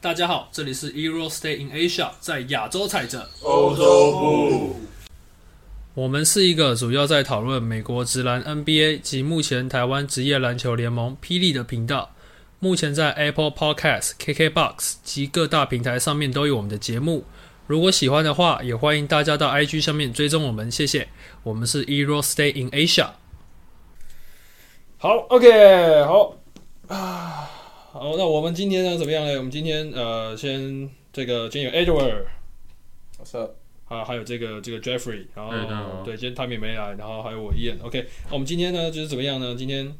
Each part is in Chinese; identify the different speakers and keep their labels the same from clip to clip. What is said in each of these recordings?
Speaker 1: 大家好，这里是 Euro Stay in Asia，在亚洲踩着。
Speaker 2: 欧洲部，
Speaker 1: 我们是一个主要在讨论美国职篮 NBA 及目前台湾职业篮球联盟霹雳的频道。目前在 Apple Podcast、KKBox 及各大平台上面都有我们的节目。如果喜欢的话，也欢迎大家到 IG 上面追踪我们，谢谢。我们是 Euro Stay in Asia。好，OK，好啊，好，那我们今天呢怎么样呢？我们今天呃，先这个先有 Edward。
Speaker 2: 我是
Speaker 1: 啊，还有这个这个 Jeffrey，然后、
Speaker 3: 哎大家好
Speaker 1: 对，今天他们啊也没来，然后还有我 Ian。OK，、啊、我们今天呢就是怎么样呢？今天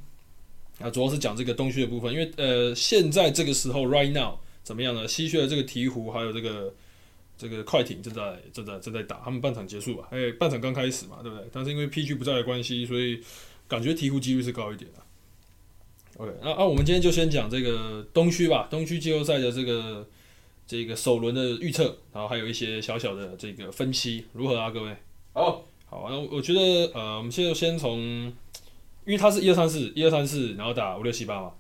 Speaker 1: 啊主要是讲这个东区的部分，因为呃现在这个时候 right now 怎么样呢？西区的这个鹈鹕还有这个这个快艇正在正在正在打，他们半场结束吧，哎、半场刚开始嘛，对不对？但是因为 PG 不在的关系，所以感觉鹈鹕几率是高一点的、OK，那啊我们今天就先讲这个东区吧，东区季后赛的这个。这个首轮的预测，然后还有一些小小的这个分析，如何啊，各位？
Speaker 2: 好，
Speaker 1: 好，那我觉得呃，我们现在先从，因为它是一二三四，一二三四，然后打五六七八嘛，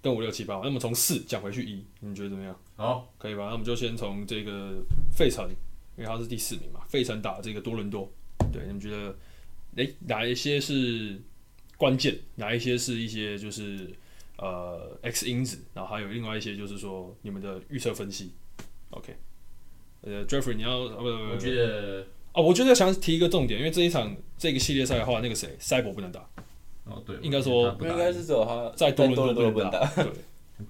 Speaker 1: 跟五六七八嘛，那么从四讲回去一，你觉得怎么样？
Speaker 3: 好，
Speaker 1: 可以吧？那我们就先从这个费城，因为它是第四名嘛，费城打这个多伦多，对，你们觉得，诶，哪一些是关键？哪一些是一些就是呃 X 因子？然后还有另外一些就是说你们的预测分析。OK，呃，Jeffrey，你要啊不不不
Speaker 3: 我
Speaker 1: 不，
Speaker 3: 觉得
Speaker 1: 哦，我觉得想提一个重点，因为这一场这个系列赛的话，那个谁，赛博不能打，
Speaker 3: 哦对，
Speaker 1: 应该说
Speaker 3: 他不
Speaker 2: 呃应
Speaker 3: 打
Speaker 2: 该是只有他
Speaker 1: 在多
Speaker 2: 多
Speaker 1: 伦多
Speaker 2: 多
Speaker 1: 不能
Speaker 2: 打，
Speaker 1: 打，对，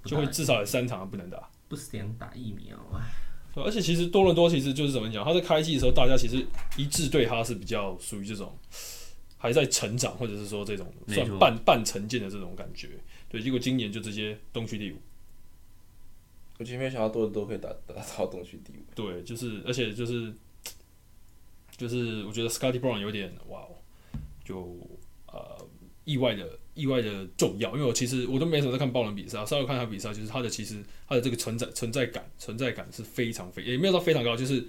Speaker 3: 不
Speaker 1: 就
Speaker 3: 打
Speaker 1: 会至少有三场不能打。
Speaker 3: 不想打疫苗啊，
Speaker 1: 对，而且其实多伦多其实就是怎么讲，他在开季的时候，大家其实一致对他是比较属于这种还在成长，或者是说这种
Speaker 3: 没错
Speaker 1: 算半半成见的这种感觉。对，结果今年就直接东区第五。
Speaker 2: 我其实没有想到多伦多可以打打到东区第五，
Speaker 1: 对，就是而且就是就是我觉得 Scotty Brown 有点哇哦，就呃意外的意外的重要，因为我其实我都没什么在看爆冷比赛，啊稍微看他比赛，就是他的其实他的这个存在存在感存在感是非常非也没有到非常高，就是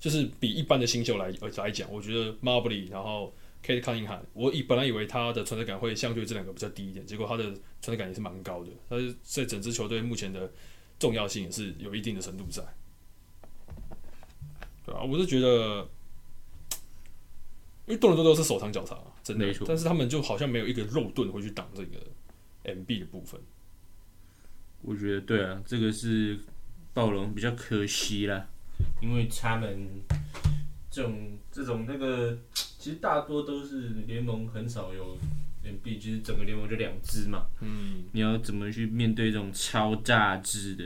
Speaker 1: 就是比一般的新秀来呃来讲，我觉得 Marbury 然后 Kate Cunningham，我以本来以为他的存在感会相对这两个比较低一点，结果他的存在感也是蛮高的，但是在整支球队目前的重要性也是有一定的程度在。对啊，我是觉得，因为多伦多都是手长脚长啊，真的
Speaker 3: 没错，
Speaker 1: 但是他们就好像没有一个肉盾会去挡这个 MB 的部分。
Speaker 3: 我觉得对啊，这个是暴龙比较可惜啦，因为他们这种这种那个，其实大多都是联盟很少有 NB，就是整个联盟就两支嘛，
Speaker 1: 嗯，
Speaker 3: 你要怎么去面对这种超大支的，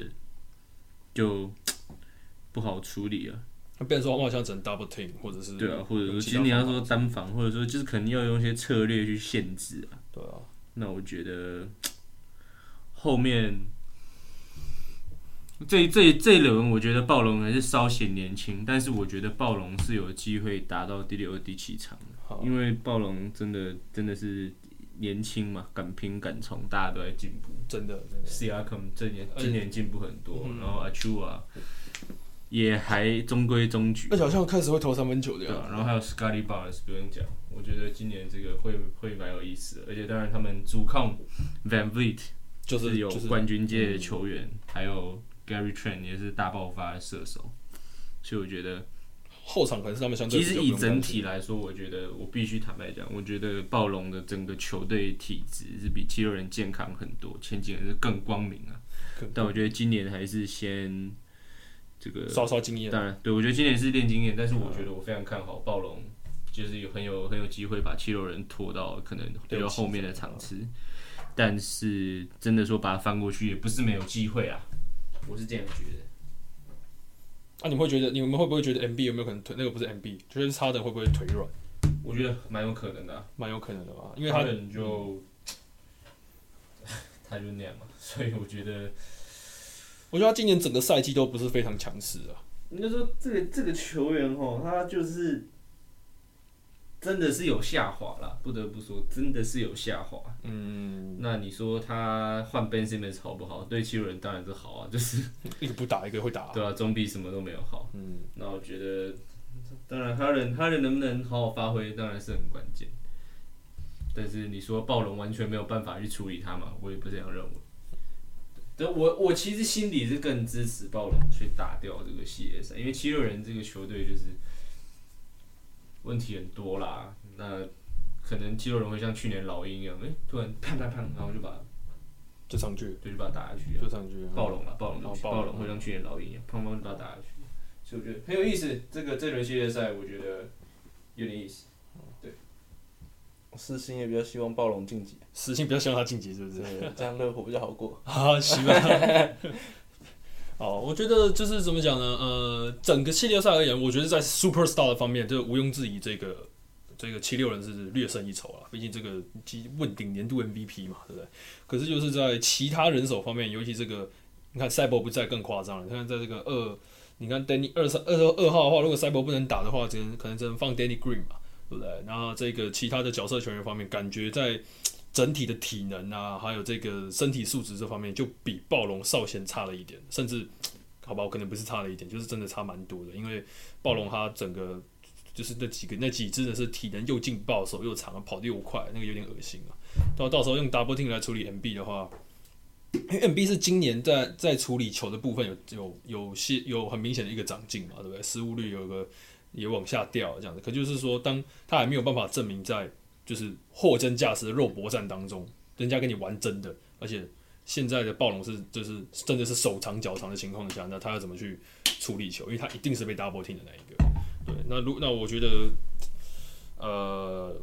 Speaker 3: 就不好处理啊。
Speaker 1: 那变成说我们好像只能 double team，或者是
Speaker 3: 对啊，或者说，
Speaker 1: 有
Speaker 3: 其
Speaker 1: 其
Speaker 3: 实
Speaker 1: 他
Speaker 3: 你要
Speaker 1: 方
Speaker 3: 说
Speaker 1: 法
Speaker 3: 单防，或者说就是肯定要用一些策略去限制啊。
Speaker 1: 对啊，
Speaker 3: 那我觉得后面这这这一轮，我觉得暴龙还是稍显年轻，但是我觉得暴龙是有机会达到第六、第七场的
Speaker 1: 好，
Speaker 3: 因为暴龙真的真的是年轻嘛，敢拼敢冲，大家都在进步。
Speaker 1: 真的真的
Speaker 3: C R c o m 这年
Speaker 1: 而且
Speaker 3: 今年进步很多，
Speaker 1: 哎嗯
Speaker 3: 然后 Achua 也还中规中矩
Speaker 1: 而。且好像开始会投三分球的
Speaker 3: 对啊，
Speaker 1: 样子。
Speaker 3: 然后还有 Scotty Barnes 不用讲，我觉得今年这个会会蛮有意思的，而且当然他们主控 Van Vliet
Speaker 1: 就是是
Speaker 3: 有
Speaker 1: 就是嗯
Speaker 3: 冠军界的球员，还有 Gary Trent 也是大爆发的射手，所以我觉得
Speaker 1: 后场可能是他们相对
Speaker 3: 其
Speaker 1: 比
Speaker 3: 实
Speaker 1: 较
Speaker 3: 以
Speaker 1: 不用
Speaker 3: 整
Speaker 1: 担心
Speaker 3: 体来说，我觉得我必须坦白讲，我觉得暴龙的整个球队体质是比七六人健康很多，前几年是更光明啊
Speaker 1: 更。
Speaker 3: 但我觉得今年还是先这个
Speaker 1: 稍稍经验。啊嗯
Speaker 3: 当然，对我觉得今年是练经验，但是我觉得我非常看好暴龙，就是有很有很有机会把七六人拖到可能比较后面的场次。但是真的说把它翻过去，也不是没有机会啊。我是这样觉得。
Speaker 1: 那、你们会觉得你们会不会觉得 MB 有没有可能腿那个不是 MB，就是差的会不会腿软？
Speaker 3: 我觉得蛮有可能的啊、
Speaker 1: 蛮有可能的吧，因
Speaker 3: 因
Speaker 1: 为
Speaker 3: 为
Speaker 1: 他
Speaker 3: 他们就他就那样嘛，所以我觉得
Speaker 1: 我觉得他今年整个赛季都不是非常强势啊。
Speaker 3: 应该说这个这个球员哦，他就是真的是有下滑啦，不得不说真的是有下滑。
Speaker 1: 嗯，
Speaker 3: 那你说他换 Ben Simmons 好不好？对七六人当然是好啊，就是
Speaker 1: 一个不打一个会打。
Speaker 3: 对啊，总比什么都没有好。
Speaker 1: 嗯，
Speaker 3: 那我觉得，当然哈人哈人能不能好好发挥，当然是很关键。但是你说暴龙完全没有办法去处理他嘛，我也不是这样认为。对，我我其实心里是更支持暴龙去打掉这个系列赛，因为七六人这个球队就是问题很多啦。那可能七六人会像去年老鹰一样，哎、突然砰砰砰，然后就把
Speaker 1: 就上去，
Speaker 3: 对就把它打下去啊。
Speaker 1: 就上去啊。
Speaker 3: 暴龙啊，暴龙，对不起
Speaker 1: 哦暴
Speaker 3: 暴
Speaker 1: 龙
Speaker 3: 龙会像去年老鹰一样，砰砰就把它打下去。所以我觉得很有意思，这个这轮系列赛我觉得有点意思。
Speaker 2: 私心也比较希望暴龙晋级，
Speaker 1: 私心不要希望他晋级，是不是？
Speaker 2: 对这样热火比较好过。
Speaker 1: 啊，行吧。 哦，我觉得就是怎么讲呢？呃，整个系列赛而言，我觉得在 Superstar 的方面，这毋庸置疑，这个这个七六人是略胜一筹了。毕竟这个即问鼎年度 MVP 嘛，对不对？可是就是在其他人手方面，尤其这个，你看赛博不在更夸张了。你看在这个二，你看 Danny 二三二二号的话，如果赛博不能打的话，只能可能只能放 Danny Green 嘛，对不对？那这个其他的角色球员方面，感觉在整体的体能啊，还有这个身体素质这方面，就比暴龙少先差了一点，甚至好吧，我可能不是差了一点，就是真的差蛮多的。因为暴龙它整个就是那几个那几只的是体能又劲爆，手又长，跑得又快，那个有点恶心啊。到到时候用 double team 来处理 MB 的话，因为 MB 是今年在在处理球的部分有有有些有很明显的一个长进嘛，对不对？失误率有一个也往下掉这样子，可就是说，当他还没有办法证明在就是货真价实的肉搏战当中，人家跟你玩真的，而且现在的暴龙是就是真的是手长脚长的情况下，那他要怎么去处理球？因为他一定是被 double team 的那一个。对，那如那我觉得，呃，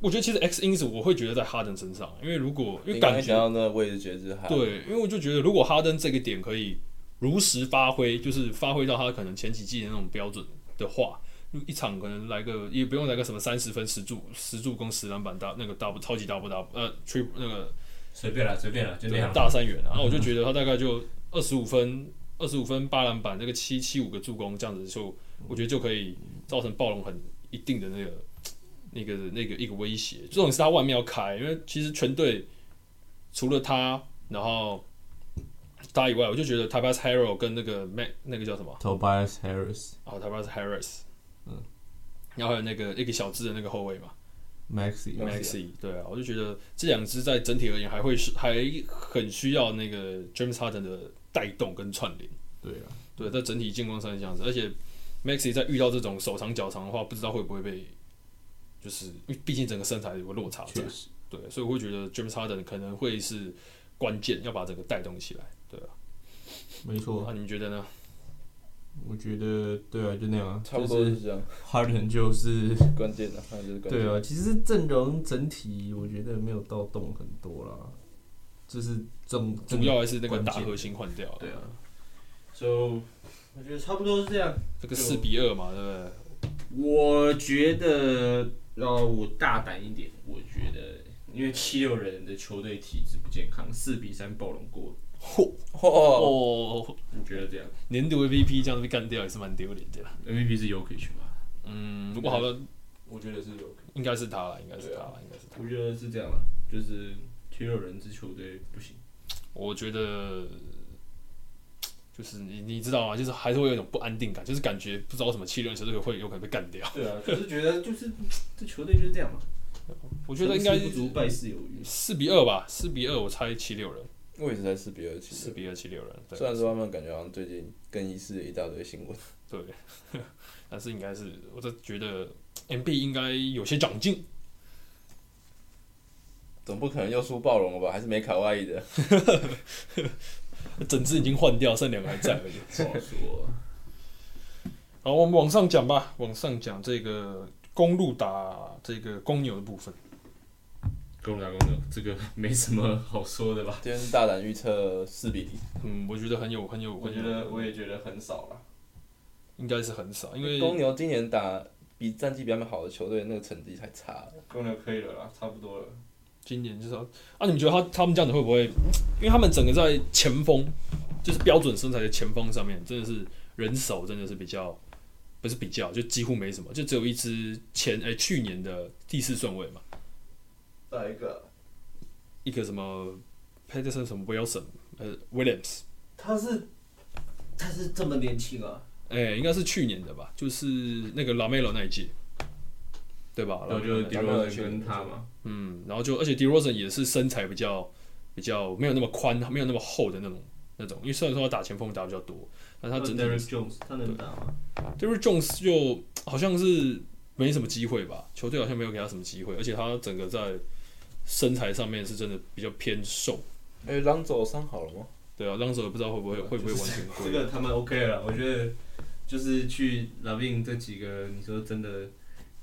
Speaker 1: 我觉得其实 X 因子我会觉得在哈登身上，因为如果因为
Speaker 2: 你
Speaker 1: 感
Speaker 2: 刚才
Speaker 1: 觉
Speaker 2: 讲到那个位置觉知还
Speaker 1: 对，因为我就觉得，如果哈登这个点可以如实发挥，就是发挥到他可能前几季的那种标准的话，就一场可能来个也不用来个什么三十分、十助、十助攻、十篮板大那个 double 超级 double double 呃 triple 那个
Speaker 3: 随便啦，随便啦，就那
Speaker 1: 对
Speaker 3: 样。
Speaker 1: 大三元、啊，然后我就觉得他大概就二十五分、二十五分八篮板，这个七七五个助攻这样子就，我觉得就可以造成暴龙很一定的那个、那个、那个一个威胁。这种是他外面要开，因为其实全队除了他，然后他以外，我就觉得 t a b a s Harrell 跟那个 Mac 那个叫什么
Speaker 3: Tobias Harris、
Speaker 1: 啊 t a b a s Harris，嗯，然后还有那个一个小只的那个后卫嘛。
Speaker 3: Maxi
Speaker 1: Maxi，对啊，我就觉得这两支在整体而言还会是还很需要那个 James Harden 的带动跟串联，
Speaker 3: 对啊，
Speaker 1: 对，在整体进攻上是这样子，而且 Maxi 在遇到这种手长脚长的话，不知道会不会被，就是因为毕竟整个身材有个落差在，
Speaker 3: 实。
Speaker 1: 对，所以我会觉得 James Harden 可能会是关键，要把整个带动起来，对啊，
Speaker 4: 没错，
Speaker 1: 那你们觉得呢？
Speaker 4: 我觉得对啊，就那样啊，
Speaker 2: 差不多
Speaker 4: 就是
Speaker 2: 这样，
Speaker 4: Harden 就是
Speaker 2: 关键的，那就是关键。
Speaker 4: 对啊，其实阵容整体我觉得没有到动很多啦，就是正
Speaker 1: 主要还是那个
Speaker 4: 关
Speaker 1: 大
Speaker 4: 键
Speaker 1: 核心换掉，
Speaker 4: 对啊，
Speaker 3: So，我觉得差不多是这样。
Speaker 1: 这个四比二嘛，对不对？
Speaker 3: 我觉得要我大胆一点，我觉得因为七六人的球队体质不健康，四比三暴龙过，
Speaker 2: 哦，
Speaker 1: 哦，
Speaker 3: 你觉得这样
Speaker 1: 年度 MVP 这样被干掉也是蛮丢脸的啦。
Speaker 3: ？MVP 是 Yokic 吧？
Speaker 1: 嗯，如果好了，
Speaker 3: 我觉得是 Yokic，
Speaker 1: 应该是他了，应该是他了，应该是他。
Speaker 3: 我觉得是这样吧，就是七六人这球队不行。
Speaker 1: 我觉得就是你你知道吗？就是还是会有一种不安定感，就是感觉不知道为什么七六人球队会有可能被干掉。
Speaker 3: 对啊， 就是觉得就是这球队就是这样嘛。
Speaker 1: 我觉得应该
Speaker 3: 成事不足败事有余。
Speaker 1: 四比二吧，四比二，我猜七六人，
Speaker 2: 位置才四比二，其
Speaker 1: 四
Speaker 2: 实
Speaker 1: 比二七六人，
Speaker 2: 虽
Speaker 1: 对
Speaker 2: 然说他们感觉好像最近更衣室一大堆新闻，
Speaker 1: 对。 但是应该是，我就觉得 M B 应该有些长进，
Speaker 2: 总不可能又输暴龙了吧？还是没卡哇伊的，
Speaker 1: 整支已经换掉，剩两个还在而已。
Speaker 3: 不好说。
Speaker 1: 好，我们往上讲吧，往上讲这个公路打这个公牛的部分。
Speaker 3: 公打公的，这个没什么好说的吧？
Speaker 2: 今天大胆预测四比零。
Speaker 1: 嗯，我觉得很有很有，
Speaker 3: 我觉得我也觉得很少了。
Speaker 1: 应该是很少，因为
Speaker 2: 公牛今年打比战绩比他们好的球队，那个成绩太差了。
Speaker 3: 公牛可以了啦，差不多了。
Speaker 1: 今年就是要啊，你们觉得他他们这样子会不会？因为他们整个在前锋，就是标准身材的前锋上面，真的是人手真的是比较不是比较，就几乎没什么，就只有一支前哎、去年的第四顺位嘛，
Speaker 3: 再一个，啊
Speaker 1: 一个什么 Peterson 什么 Wilson 呃 Williams，
Speaker 3: 他是他是这么年轻啊？
Speaker 1: 哎、应该是去年的吧，就是那个 Lamelo 那一届，对吧？
Speaker 3: 然后就是
Speaker 1: Lamelo
Speaker 3: 迪罗森跟他嘛，
Speaker 1: 嗯，然后就而且 d e r o s e n 也是身材比较比较没有那么宽，没有那么厚的那种那种，因为虽然说他打前锋打比较多，但他整体
Speaker 3: Derek Jones 他能打吗？
Speaker 1: Derrick Jones 就好像是没什么机会吧，球队好像没有给他什么机会，而且他整个在身材上面是真的比较偏瘦。
Speaker 2: 哎，朗佐伤好了吗？
Speaker 1: 对啊，当时也不知道会不会会不会完全
Speaker 3: 这
Speaker 1: 归。
Speaker 3: 个他们 OK 了，我觉得就是去 Lavin 这几个，你说真的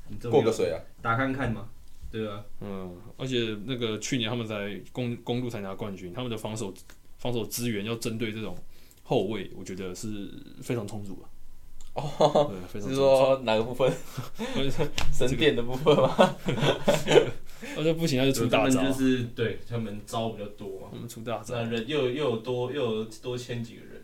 Speaker 3: 很重要，
Speaker 2: 过个水啊！
Speaker 3: 打看看嘛，对啊吧、
Speaker 1: 嗯，而且那个去年他们才公公路才拿冠军，他们的防守防守资源要针对这种后卫，我觉得是非常充足啊。
Speaker 2: 哦，
Speaker 1: 对，非常充足。
Speaker 2: 是说哪个部 分？神殿的部分吗？
Speaker 1: 而哦且不行，他就出
Speaker 3: 他
Speaker 1: 大
Speaker 3: 们
Speaker 1: 招啊。嗯
Speaker 3: 就是对他们招比较多嘛
Speaker 1: 我，们出大招
Speaker 3: 那，人又又有多又有多签几个人，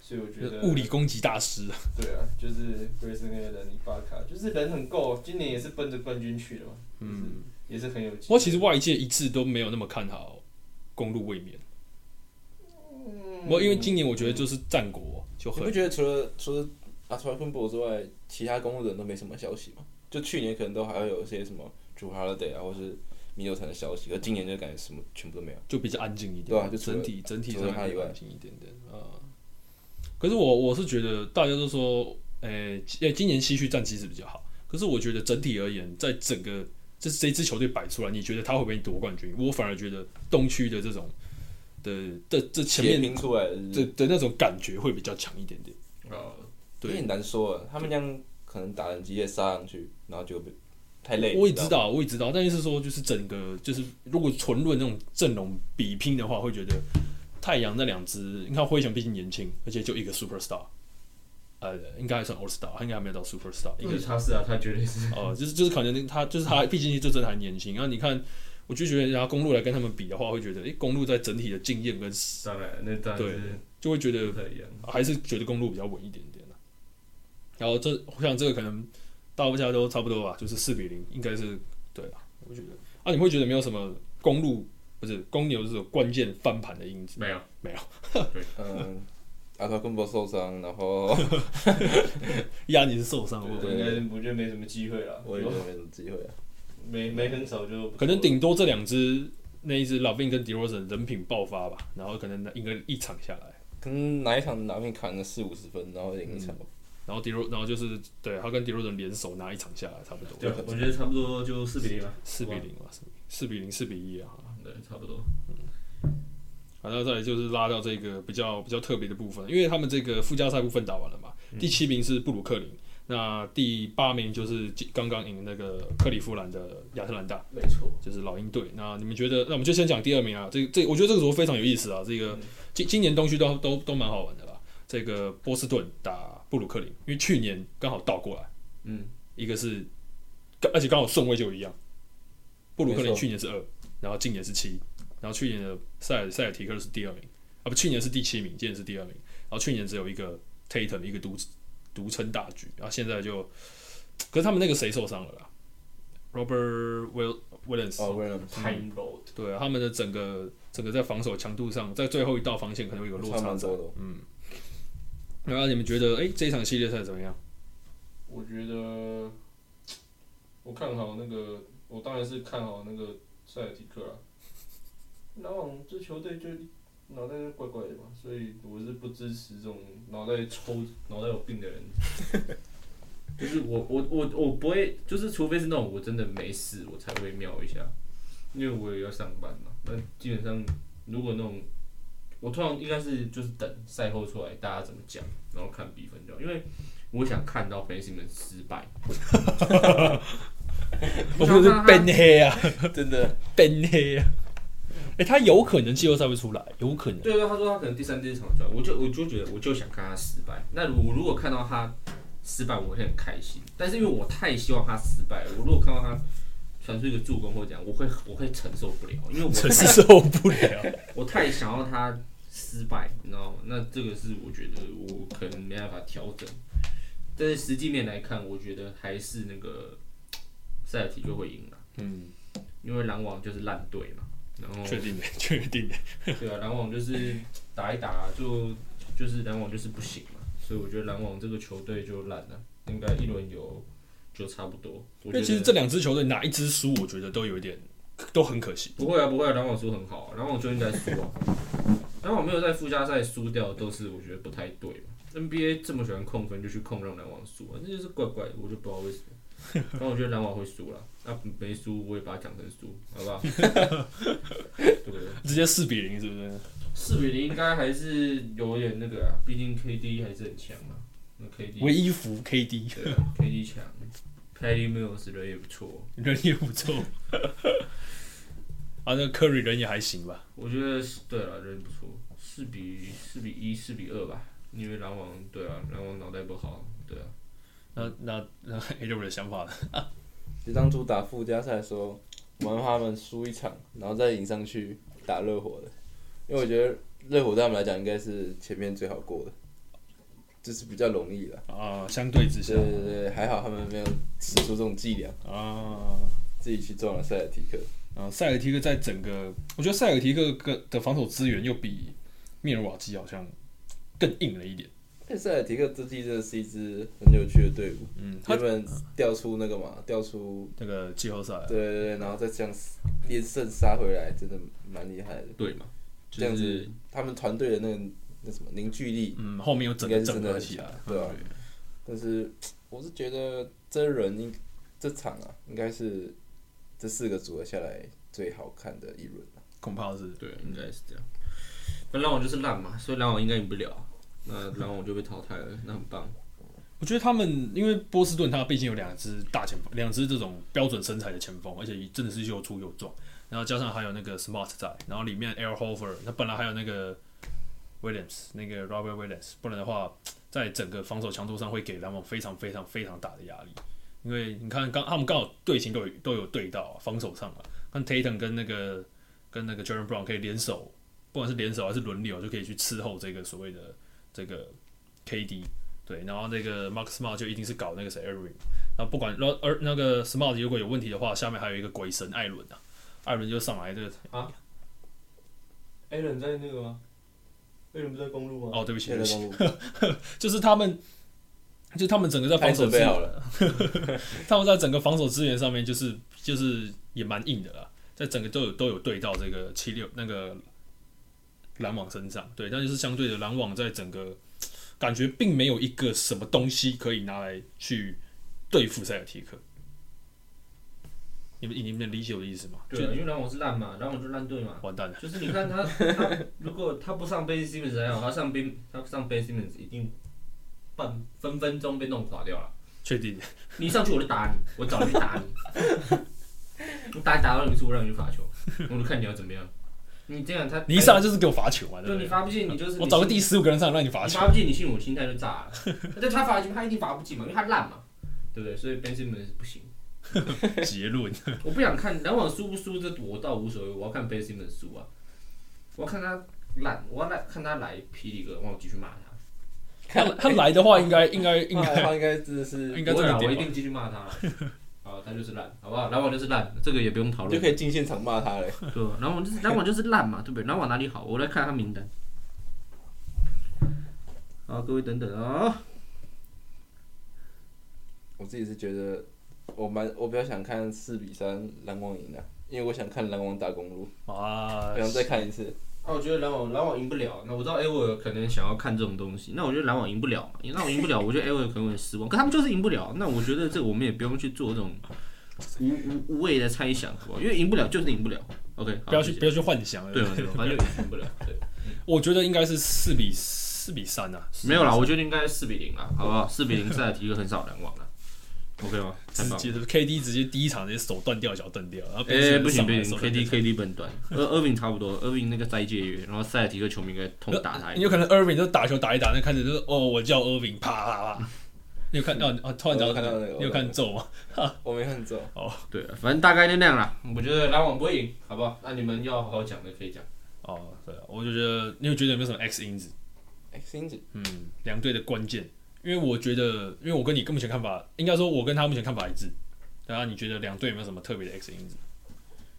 Speaker 3: 所以我觉得
Speaker 1: 物理攻击大师啊。
Speaker 3: 对啊，就是 Grayson 跟人尼巴卡，就是人很够，今年也是奔着冠军去的嘛，
Speaker 1: 嗯，
Speaker 3: 也是很有机
Speaker 1: 不过其实外界一致都没有那么看好公路卫冕。我因为今年我觉得就是战国就
Speaker 2: 你
Speaker 1: 很
Speaker 2: 不觉得除了除了阿特芬博之外，其他公路人都没什么消息吗？就去年可能都还会有一些什么主哈勒 y 啊，或是米六城的消息，可今年就感觉什么全部都没有。
Speaker 1: 就比较安静一点，
Speaker 2: 对啊就除了
Speaker 1: 整体整体
Speaker 2: 除
Speaker 1: 上
Speaker 2: 了
Speaker 1: 面
Speaker 2: 他以
Speaker 1: 比较
Speaker 2: 外
Speaker 1: 安静一点点啊、可是我我是觉得大家都说，呃、呃今年西区战绩是比较好，可是我觉得整体而言，在整个这这支球队摆出来，你觉得他会不会夺冠军？我反而觉得东区的这种的的这前
Speaker 2: 且
Speaker 1: 面
Speaker 2: 拼出来的
Speaker 1: 的
Speaker 2: 是
Speaker 1: 的那种感觉会比较强一点点。
Speaker 3: 哦，
Speaker 1: 对
Speaker 2: 也很难说啊。他们这样可能打人机也杀上去，然后就被太累了。
Speaker 1: 我也
Speaker 2: 你
Speaker 1: 知
Speaker 2: 知道吗，
Speaker 1: 道，我也知道，但是说就是整个就是如果纯论那种阵容比拼的话，会觉得太阳那两只，你看灰熊毕竟年轻，而且就一个 super star，呃，应该还算 all star，他应该还没有到 super star，一
Speaker 3: 因
Speaker 1: 个
Speaker 3: 为他是啊，他绝对是
Speaker 1: 哦、就是就是可能他就是他，毕竟就真的还年轻。然后你看，我就觉得，然后公路来跟他们比的话，会觉得，诶、公路在整体的经验跟
Speaker 3: 当然，那当然
Speaker 1: 对
Speaker 3: 是
Speaker 1: 就会觉得
Speaker 3: 不太一样。
Speaker 1: 还是觉得公路比较稳一点点啊然后这我想这个可能大家都差不多吧，就是四比零，应该是对啊，我觉得啊，你会觉得没有什么公路不是公牛这种关键翻盘的因子，
Speaker 3: 没有，
Speaker 2: 嗯，阿特芬博受伤，然 后
Speaker 1: 压你是受伤，我
Speaker 2: 对，
Speaker 3: 我应该是我觉得没什么机会了
Speaker 2: 我也觉得没什么机会啊。
Speaker 3: 没没很少就
Speaker 1: 可能顶多这两只那一只老兵跟迪罗森人品爆发吧，然后可能赢个一场下来，
Speaker 2: 可能哪一场哪边砍了四五十分，然后赢一场，
Speaker 1: 然后迪罗然后就是对他跟迪罗森联手拿一场下来，差不
Speaker 3: 对
Speaker 1: 多，
Speaker 3: 我觉得差不多就四比零了，
Speaker 1: 四比零吧，四比零四比一啊。
Speaker 3: 对，差不多。
Speaker 1: 然后再来就是拉到这个比较比较特别的部分，因为他们这个附加赛部分打完了嘛，第七名是布鲁克林，那第八名就是刚刚赢那个克利夫兰的亚特兰大，
Speaker 3: 没错，
Speaker 1: 就是老鹰队。那你们觉得？那我们就先讲第二名啊，这个这个我觉得这个组合非常有意思啊，这个
Speaker 3: 嗯
Speaker 1: 今今年东区都都都蛮好玩的啦。这个波士顿打布鲁克林，因为去年刚好倒过来，
Speaker 3: 嗯，
Speaker 1: 一个是，而且刚好顺位就一样。布鲁克林
Speaker 2: 没错
Speaker 1: 去年是二，然后今年是七，然后去年的塞尔塞尔提克是第二名，啊不，去年是第七名，今年是第二名。然后去年只有一个 Tatum 一个独独撑大局，然后现在就，可是他们那个谁受伤了啦？Robert Will Williams，、
Speaker 2: 哦，不然
Speaker 3: 太 low
Speaker 1: 对啊他们的整个整个在防守强度上，在最后一道防线可能会有落
Speaker 2: 差
Speaker 1: 差
Speaker 2: 蛮
Speaker 1: 在
Speaker 2: 多。的哦。
Speaker 1: 然后你们觉得，哎、这一场系列赛怎 么样？
Speaker 3: 我觉得我看好那个，我当然是看好那个塞尔提克啊。篮网这球队就脑袋就怪怪的嘛，所以我是不支持这种脑袋抽、脑袋有病的人。 就是我我我我不会，就是除非是那种我真的没事，我才会瞄一下，因为我也要上班嘛。那基本上如果那种，我通常应该是就是等赛后出来大家怎么讲，然后看比分就好，因为我想看到 Ben Simmons 失败。
Speaker 1: 我们是
Speaker 3: 想看他
Speaker 1: 变黑啊，
Speaker 2: 真的，
Speaker 1: 变黑啊！哎、他有可能季后赛会出来，有可能。
Speaker 3: 对对，他说他可能第三、第四场出来，我就我就觉得我就想看他失败。那我如果看到他失败，我会很开心。但是因为我太希望他失败了，我如果看到他传出一个助攻或者怎样，我会我会承受不了，因为我
Speaker 1: 真
Speaker 3: 太
Speaker 1: 是受不了。
Speaker 3: 我太想要他失败，你知道吗？那这个是我觉得我可能没办法调整。但是实际面来看，我觉得还是那个塞尔提克会赢了，啊
Speaker 1: 嗯，
Speaker 3: 因为篮网就是烂队嘛，然后
Speaker 1: 确定的，确定的。
Speaker 3: 对啊，篮网就是打一打就就是篮网就是不行嘛，所以我觉得篮网这个球队就烂了，应该一轮游就差不多。我
Speaker 1: 因
Speaker 3: 觉
Speaker 1: 为
Speaker 3: 得
Speaker 1: 其实这两支球队哪一支输，我觉得都有一点，都很可惜。
Speaker 3: 不会啊，不会啊，篮网输很好、啊，篮网就应该输啊。当我没有在附加赛输掉，都是我觉得不太对嘛。NBA 这么喜欢控分，就去控让篮网输啊，这就是怪怪的，我就不知道为什么。反正我觉得篮网会输了，那、没输我也把它讲成输，好不好？对 不对？
Speaker 1: 直接四比零是不是？
Speaker 3: 四比零应该还是有点那个啊，毕竟 KD 还是很强啊。那 KD
Speaker 1: 唯一服 KD
Speaker 3: 对啊 KD 强，Patty Mills 人也不错，
Speaker 1: 人也不错， 啊，那 Curry 人也还行吧。
Speaker 3: 我觉得是对了，人不错，四比四比一，四比二吧。因为篮网对啊，篮网脑袋不好，对啊。
Speaker 1: 那那那 A W 的想法呢？
Speaker 2: 就当初打附加赛的时候，我们怕他们输一场，然后再赢上去打热火的，因为我觉得热火对他们来讲应该是前面最好过的，就是比较容易了。
Speaker 1: 啊，相对之下
Speaker 2: 对对对，还好他们没有使出这种伎俩，
Speaker 1: 啊。
Speaker 2: 自己去撞了塞尔提克。
Speaker 1: 啊，塞尔提克在整个，我觉得塞尔提克个的防守资源又比密尔瓦基好像更硬了一点。
Speaker 2: 但塞尔提克这季真的是一支很有趣的队伍，
Speaker 1: 嗯，他
Speaker 2: 原本调出那个嘛，调出
Speaker 1: 那个季后赛啊，
Speaker 2: 对对对，然后再这样连胜杀回来，真的蛮厉害的。
Speaker 3: 对嘛，
Speaker 2: 这样子，他们团队的那个那什么凝聚力，
Speaker 1: 嗯，后面又整
Speaker 2: 应该是
Speaker 1: 整
Speaker 2: 真的
Speaker 1: 合
Speaker 2: 很
Speaker 1: 起来，嗯
Speaker 2: 对
Speaker 3: 啊
Speaker 2: 吧、但是我是觉得真人应这场啊，应该是这四个组合下来最好看的一轮啊、
Speaker 1: 恐怕是
Speaker 3: 对，应该是这样。那篮网就是烂嘛，所以篮网应该赢不了。那篮网就被淘汰了，那很棒。
Speaker 1: 我觉得他们因为波士顿，他毕竟有两支大前锋，两支这种标准身材的前锋，而且真的是又粗又壮，然后加上还有那个 Smart 在，然后里面 Air Hofer，那本来还有那个 Williams，那个 Robert Williams，不然的话，在整个防守强度上会给篮网非常非常非常大的压力，因为你看刚他们刚好队形都有都有对到、啊、防守上啊，看 Tatum 跟那个跟那个 Jaren Brown 可以联手，不管是联手还是轮流，就可以去伺候这个所谓的这个 KD。对，然后那个 Mark Smart 就一定是搞那个谁 e r i n 然后不管，然后而那个 Smart 如果有问题的话，下面还有一个鬼神艾伦啊，艾伦就上来这个，
Speaker 3: 艾伦在那个吗？艾伦不在公路？
Speaker 1: 哦，对不起，
Speaker 2: 现
Speaker 1: 对不
Speaker 2: 在
Speaker 1: 起，
Speaker 2: 公路
Speaker 1: 就是他们，就是他们整个在防守资
Speaker 2: 太准备
Speaker 1: 源
Speaker 2: 好，
Speaker 1: 他们在整个防守资源上面就是就是也蛮硬的啦，在整个都有都有对到这个七六那个篮网身上，对，但就是相对的篮网在整个感觉并没有一个什么东西可以拿来去对付塞尔提克。你们你们能理解我的意思吗？
Speaker 3: 对啊，因为篮网是烂嘛，篮网就烂队嘛
Speaker 1: 就。完蛋了，
Speaker 3: 就是你看他，他如果他不上 Ben Simmons 还好，他上 Ben 他上 Ben Simmons 一定半分分钟被弄垮掉了。
Speaker 1: 确
Speaker 3: 哎
Speaker 1: 定
Speaker 3: 你一上去我就打你，我找人去打你，我打你打到你输，我让你去罚球，我就看你要怎么样。你这样他
Speaker 1: 你一上来就是给我罚球嘛，对
Speaker 3: 对
Speaker 1: 不
Speaker 3: 你
Speaker 1: 对？
Speaker 3: 罚不进，你就是
Speaker 1: 我找个
Speaker 3: 你
Speaker 1: 第十五个人上来让你罚
Speaker 3: 你
Speaker 1: 球
Speaker 3: 罚，不进，你信我心态就炸了。但他罚进，他一定罚不进嘛，因为他烂嘛，对不对？所以 Ben Simmons 不行。
Speaker 1: 结论
Speaker 3: 我不想看篮网输不输，这我倒无所谓，我要看 Ben Simmons 输啊，我要看他烂，我要来看他来霹雳哥，我要继续骂他。
Speaker 1: 他他来的话应该应该应
Speaker 2: 后来
Speaker 1: 该
Speaker 3: 哎
Speaker 2: 的话应该真的是，
Speaker 1: 应
Speaker 2: 你
Speaker 1: 该
Speaker 3: 不
Speaker 1: 这
Speaker 3: 会
Speaker 1: 个
Speaker 3: 啊，
Speaker 1: 点
Speaker 3: 我一
Speaker 1: 吧
Speaker 3: 定继续骂他了。 好，他就是烂，好不好？篮网就是烂，这个也不用讨
Speaker 2: 就
Speaker 3: 论。
Speaker 2: 可以进现场骂他嘞。
Speaker 3: 对，篮网就是篮网就是烂嘛，对不对？篮网哪里好？我来看他名单。好，各位等等啊、
Speaker 2: 我自己是觉得，我蛮我比较想看四比三篮网赢的、啊因为我想看篮网打公路，
Speaker 1: 啊
Speaker 2: 我，想再看一次。
Speaker 3: 那我觉得篮网篮网赢不了。那我知道艾薇尔可能想要看这种东西，那我觉得篮网赢不了嘛。那我赢不了，我觉得艾薇尔可能会很失望。可他们就是赢不了，那我觉得这我们也不用去做这种无无无谓的猜想，好不好？因为赢不了就是赢不了。OK，好
Speaker 1: 不要
Speaker 3: 谢
Speaker 1: 去
Speaker 3: 谢
Speaker 1: 不要去幻想了。
Speaker 3: 对吧？对吧反正就赢不了。 对，
Speaker 1: 我觉得应该是四比四比三啊，
Speaker 3: 没有啦，我觉得应该四比零啦，好不好？四比零赛提一个很少篮网了，OK 吗？太
Speaker 1: 直
Speaker 3: 棒了。
Speaker 1: 接 KD 直接第一场直接手断掉脚断掉，然后
Speaker 3: 哎、不行不行
Speaker 1: 手断掉
Speaker 3: ，KD KD 本短，呃，厄文差不多，厄文那个斋戒月，然后塞尔提克球迷应该痛打他一
Speaker 1: 有
Speaker 3: 顿。
Speaker 1: 可能 Irving 就打球打一打，那开始就是哦，我叫 Irving，啪啪啪。你有看到啊？突然讲
Speaker 2: 我有看到那个
Speaker 1: 你有看啊咒吗？
Speaker 2: 我没看中，
Speaker 3: 对，反正大概就那样啦。我觉得篮网不会赢，好不好？那你们要好好讲的可以讲。
Speaker 1: 哦，对啊，我就觉得你有觉得有没有什么 X 因子？
Speaker 2: 哎、星子
Speaker 1: 嗯，两队的关键，因为我觉得，因为我跟你目前看法，应该说我跟他目前看法一致。然后你觉得两队有没有什么特别的 X 因子？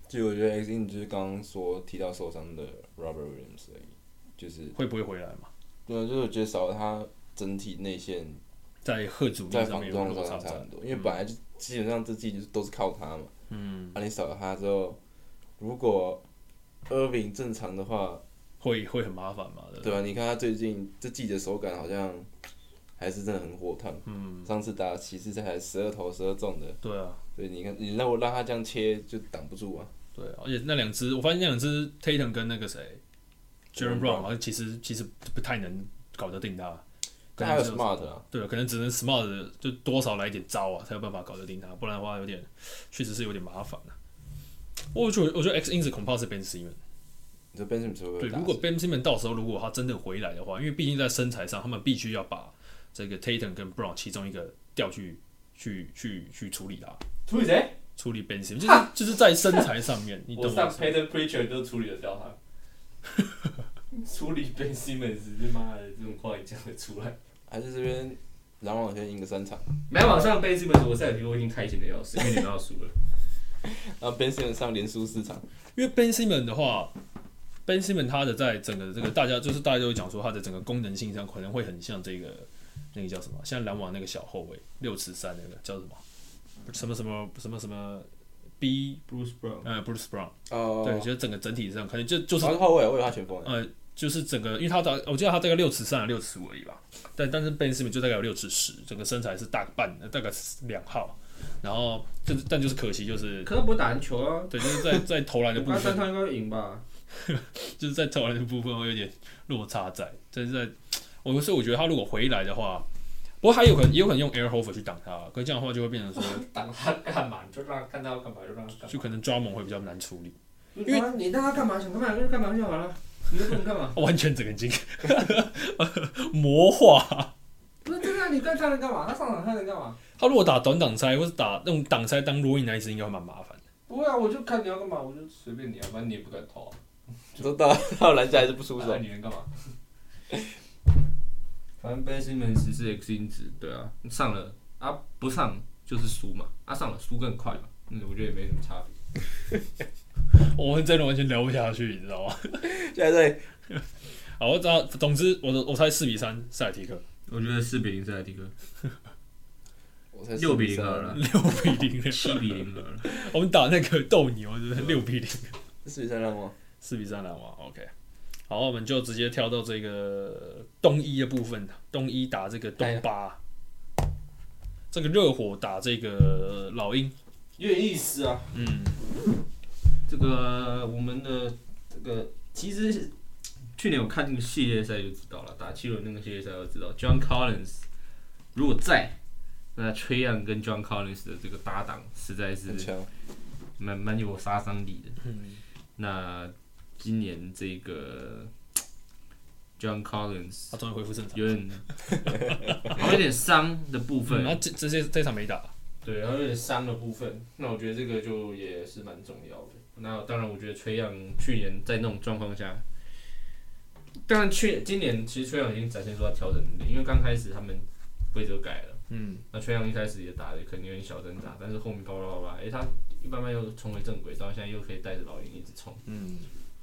Speaker 2: 就我觉得 X 因就是刚刚说提到受伤的 Robert Williams 而已，就是
Speaker 1: 会不会回来嘛？
Speaker 2: 对啊，就是我觉得少了他整体内线
Speaker 1: 在贺主力
Speaker 2: 在
Speaker 1: 上
Speaker 2: 防
Speaker 1: 面有
Speaker 2: 撞
Speaker 1: 落差
Speaker 2: 上差
Speaker 1: 在
Speaker 2: 很，多，因为本来就基本上这季就是都是靠他嘛。
Speaker 1: 嗯，
Speaker 2: 啊，你少了他之后，如果 Irving 正常的话，
Speaker 1: 会会很麻烦嘛，对不
Speaker 2: 对吧、啊你看他最近这季的手感好像还是真的很火烫。
Speaker 1: 嗯，
Speaker 2: 上次打骑士才十二投十二中的，
Speaker 1: 对啊，
Speaker 2: 所以你看你让我让他这样切就挡不住啊。
Speaker 1: 对啊，而且那两只，我发现那两只 Tatum 跟那个谁 j e r e
Speaker 2: Jaren
Speaker 1: m Brown 好像其实其实不太能搞得定他，可
Speaker 2: 但还
Speaker 1: 能
Speaker 2: 有
Speaker 1: 只
Speaker 2: Smart 啊，
Speaker 1: 对啊，可能只能 Smart 就多少来一点招啊，才有办法搞得定他，不然的话有点确实是有点麻烦啊。我觉得我觉得 X i n 恐怕是 Ben Simmons。
Speaker 2: 你说 Benjamin 会不
Speaker 1: 对，
Speaker 2: 会打
Speaker 1: 如果 Ben Simmons 到时候如果他真的回来的话，因为毕竟在身材上，他们必须要把这个 Tatum 跟 Brown 其中一个调去去去去处理他，
Speaker 3: 处理谁？
Speaker 1: 处理 Ben Simmons，就是就是在身材上面，你懂
Speaker 3: 我
Speaker 1: 我意
Speaker 3: 上
Speaker 1: 思
Speaker 3: Peter Preacher 都处理得掉他， 处理 Ben Simmons，他妈的这种话也讲得出来。
Speaker 2: 还是这边篮网先赢个三场，
Speaker 3: 没有往上 Ben Simmons，我赛季我已经开心的要死，因为你们要输了。
Speaker 2: 然后 Benjamin 上连输四场，
Speaker 1: 因为 Ben Simmons 的话，Ben Simmons 他的在整个这个大家就是大家都会讲说他的整个功能性上可能会很像这个那个叫什么，像篮网那个小后卫六尺三那个叫什么什么什么什么什么 B
Speaker 3: Bruce Brown，
Speaker 1: 呃 Bruce Brown，、
Speaker 2: 哦，
Speaker 1: 对，就是整个整体上可能就就是
Speaker 2: 然后后卫啊，我以为他前锋啊，
Speaker 1: 呃，就是整个，因为他大，我记得他大概六尺三、六尺五而已吧。但但是 Ben Simmons 就大概有六尺十，整个身材是大半，呃大概两号。然后，但但就是可惜，就是
Speaker 3: 可他不会打篮球啊，
Speaker 1: 对，就是在 在投篮的部
Speaker 3: 他
Speaker 1: 分，
Speaker 3: 三趟应该会赢吧？
Speaker 1: 就是在投篮的部分会有点落差在。但是在，我所以我觉得他如果回来的话，不过他也有可能也有可能用 Air Hofer 去挡他，可是这样的话就会变成说，
Speaker 3: 挡他干嘛？你就让他看他要干嘛就让他干嘛。
Speaker 1: 就可能抓猛会比较难处理。
Speaker 3: 因为你让他干嘛想干嘛就干嘛就好了，你又不能干嘛？
Speaker 1: 完全整个已经 魔化。
Speaker 3: 不是，真的，啊你干他能干嘛？他上场他能干嘛？
Speaker 1: 他如果打短挡拆或是打用挡拆当罗 o 那一只，应该会蛮麻烦的。
Speaker 3: 不会啊，我就看你要干嘛，我就随便你啊，反正你也不敢投啊，哎
Speaker 2: 都到到篮下还是不出手
Speaker 3: 那，你能干嘛？ 反正 Ben Simmons 是 X 因子，对啊，上了啊不上就是输嘛，啊上了输更快嘛，嗯，我觉得也没什么差别。
Speaker 1: 我们真的完全聊不下去，你知道吗？
Speaker 2: 现在在
Speaker 1: 好，我知道，总之我的我猜四比三塞尔提克，
Speaker 3: 我觉得四比零是迪克，
Speaker 2: 我才
Speaker 3: 6比
Speaker 2: 13
Speaker 3: 0了
Speaker 1: 六比零，
Speaker 3: 七比零了。
Speaker 1: 我们打那个斗牛就是六比零，
Speaker 2: 四比三篮网，
Speaker 1: 四比三篮网。OK，好，我们就直接跳到这个东一的部分，东一打这个东八，这个热火打这个老鹰，
Speaker 3: 有点意思啊。
Speaker 1: 嗯，
Speaker 3: 这个我们的这个其实是去年我看那个系列赛就知道了，打七轮那个系列赛就知道，John Collins 如果在，那崔样跟 John Collins 的这个搭档实在是
Speaker 2: 很强，
Speaker 3: 蛮蛮有杀伤力的。
Speaker 1: 嗯
Speaker 3: 那今年这个 John Collins
Speaker 1: 他终于恢复正常。
Speaker 3: 有点有点伤的部
Speaker 1: 嗯，
Speaker 3: 分，
Speaker 1: 然后这这些这场没打，
Speaker 3: 对，然后有点伤的部分，那我觉得这个就也是蛮重要的。那当然，我觉得崔杨去年在那种状况下，当然去今年其实崔杨已经展现出他调整能力，因为刚开始他们规则改了，
Speaker 1: 嗯，
Speaker 3: 那崔杨一开始也打的肯定有点小挣扎，但是后面叭叭叭叭，诶，他一慢慢又重回正轨，到现在又可以带着老鹰一直冲，
Speaker 1: 嗯。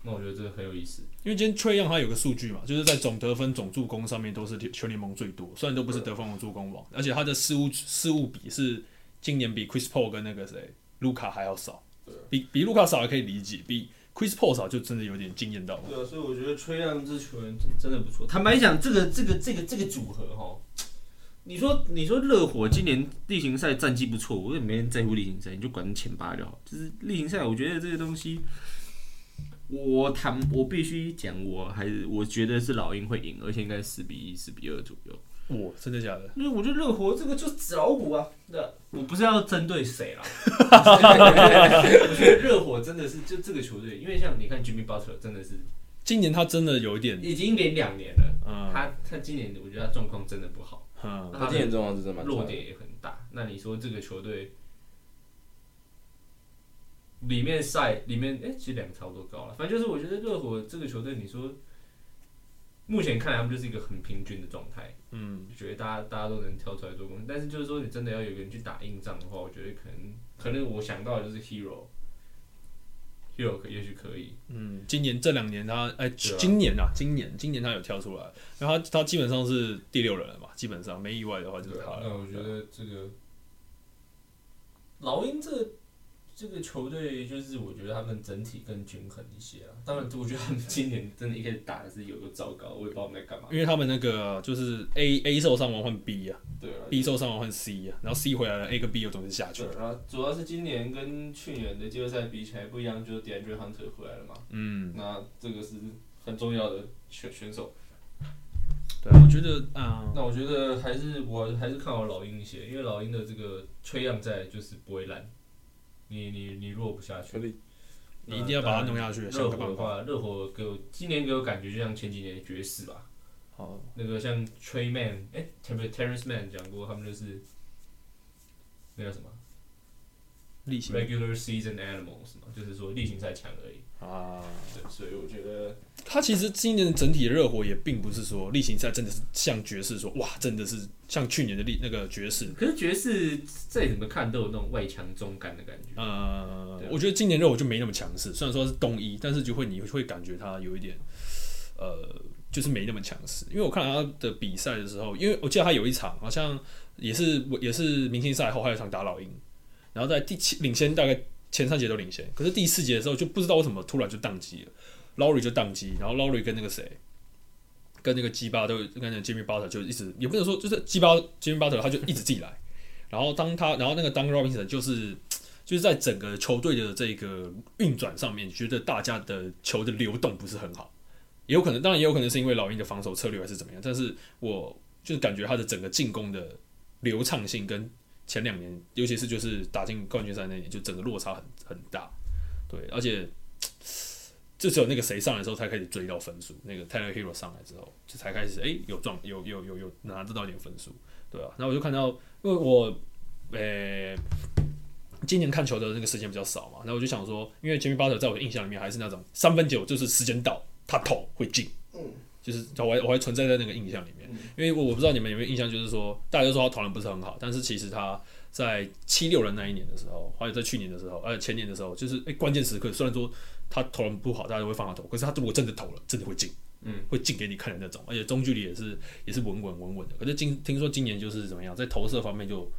Speaker 3: 那我觉得这个很有意思。
Speaker 1: 因为今天 Trey Young 他有个数据嘛，就是在总得分、总助攻上面都是全联盟最多，虽然都不是得分王、助攻王，而且他的失误失误比是今年比 Chris Paul 跟那个谁卢卡还要少，比比卢卡少还可以理解，比 Chris Paul 少就真的有点惊艳到我。
Speaker 3: 对啊，所以我觉得崔让这球员真真的不错。坦白讲，这个这个这个这个组合哈，你说你说热火今年例行赛战绩不错，我也没人在乎例行赛，你就管前八就好。就是例行赛，我觉得这个东西，我坦我必须讲，我还是我觉得是老鹰会赢，而且应该四比一、四比二左右。
Speaker 1: 哇，真的假的？
Speaker 3: 因为我觉得热火这个就是纸老虎啊，对，我不是要针对 谁啦，我觉得热火真的是就这个球队，因为像你看 Jimmy Butler 真的是
Speaker 1: 今年他真的有一点，
Speaker 3: 已经连两年了。
Speaker 1: 嗯
Speaker 3: 他他今年我觉得他状况真的不好，
Speaker 1: 嗯，
Speaker 2: 他今年状况是真的蛮
Speaker 3: 弱
Speaker 2: 差的，
Speaker 3: 点也很大。那你说这个球队里面赛里面，哎、其实两个差不多高了。反正就是我觉得热火这个球队，你说目前看来他们就是一个很平均的状态，
Speaker 1: 嗯，
Speaker 3: 觉得大家大家都能挑出来做攻，但是就是说你真的要有一个人去打硬仗的话，我觉得可能可能我想到的就是 Hero。Hero 可也许可以，
Speaker 1: 嗯，今年这两年他，哎、
Speaker 3: 对啊
Speaker 1: 今年啊，今年今年他有跳出来，然后他他基本上是第六人了嘛，基本上没
Speaker 3: 啊
Speaker 1: 意外的话就是他了。
Speaker 3: 那我觉得这个老鹰这这个球队就是我觉得他们整体更均衡一些啊。当然，我觉得他们今年真的一开始打的是有个糟糕，我也不知道他们在干嘛。
Speaker 1: 因为他们那个就是 A A 受伤完换 B 啊
Speaker 3: 对啊，
Speaker 1: ，B 受伤完换 C 啊，然后 C 回来了，A 跟 B 又总是下去
Speaker 3: 对。，啊然后主要是今年跟去年的季后赛比起来不一样，就是 DeAndre Hunter 回来了嘛，
Speaker 1: 嗯，
Speaker 3: 那这个是很重要的选选手。
Speaker 1: 对啊，我觉得啊、
Speaker 3: 那我觉得还是我还是看好老鹰一些，因为老鹰的这个崔样在就是不会烂，你你你弱不下去
Speaker 2: 合。理。
Speaker 1: 你一定要把它弄下去，想
Speaker 3: 啊热
Speaker 1: 个
Speaker 3: 火的
Speaker 1: 办法。
Speaker 3: 话，热火给我今年给我感觉就像前几年的爵士吧，
Speaker 1: 好，
Speaker 3: 那个像 Trey Man，哎、t e r r e n c e Man 讲过，他们就是那叫什么
Speaker 1: 例行
Speaker 3: regular season animals 嘛，就是说例行赛强而已。
Speaker 1: 啊。
Speaker 3: 对，所以我觉得
Speaker 1: 他其实今年的整体的热火也并不是说例行赛真的是像爵士说哇，真的是像去年的例那个爵士。
Speaker 3: 可是爵士再怎么看都有那种外强中干的感觉。
Speaker 1: 呃
Speaker 3: 对啊，
Speaker 1: 我觉得今年热火就没那么强势，虽然说是东一，但是就会你会感觉他有一点，呃，就是没那么强势。因为我看他的比赛的时候，因为我记得他有一场好像也是也是明星赛后还有一场打老鹰，然后在第七领先大概前三节都领先，可是第四节的时候就不知道为什么突然就宕机了，Lowry 就宕机，然后 Lowry 跟那个谁。跟那个鸡巴都跟那个 Jimmy Butler 就一直也不能说就是鸡巴 Jimmy Butler 他就一直自己来，然后当他然后那个 Duncan Robinson 就是就是在整个球队的这个运转上面，觉得大家的球的流动不是很好，也有可能，当然也有可能是因为老鹰的防守策略还是怎么样，但是我就是感觉他的整个进攻的流畅性跟前两年，尤其是就是打进冠军赛那年，就整个落差很很大，对，而且就只有那个谁上来之后才开始追到分数，那个 Tyler Hero 上来之后，就才开始哎、诶有撞有有有有拿得到一点分数，对啊，然后我就看到，因为我呃。今年看球的那个时间比较少嘛，然后我就想说，因为 Jimmy Butler 在我的印象里面还是那种三分球就是时间到他投会进，
Speaker 2: 嗯
Speaker 1: 就是我还我还存在在那个印象里面，因为我我不知道你们有没有印象，就是说大家都说他投篮不是很好，但是其实他在七六人那一年的时候，还有在去年的时候，呃前年的时候，就是哎、关键时刻，虽然说他投篮不好，大家都会放他投，可是他如果真的投了，真的会进。
Speaker 3: 嗯，
Speaker 1: 会进给你看的那种，而且中距离也是也是稳稳稳稳的。可是今听说今年就是怎么样，在投射方面就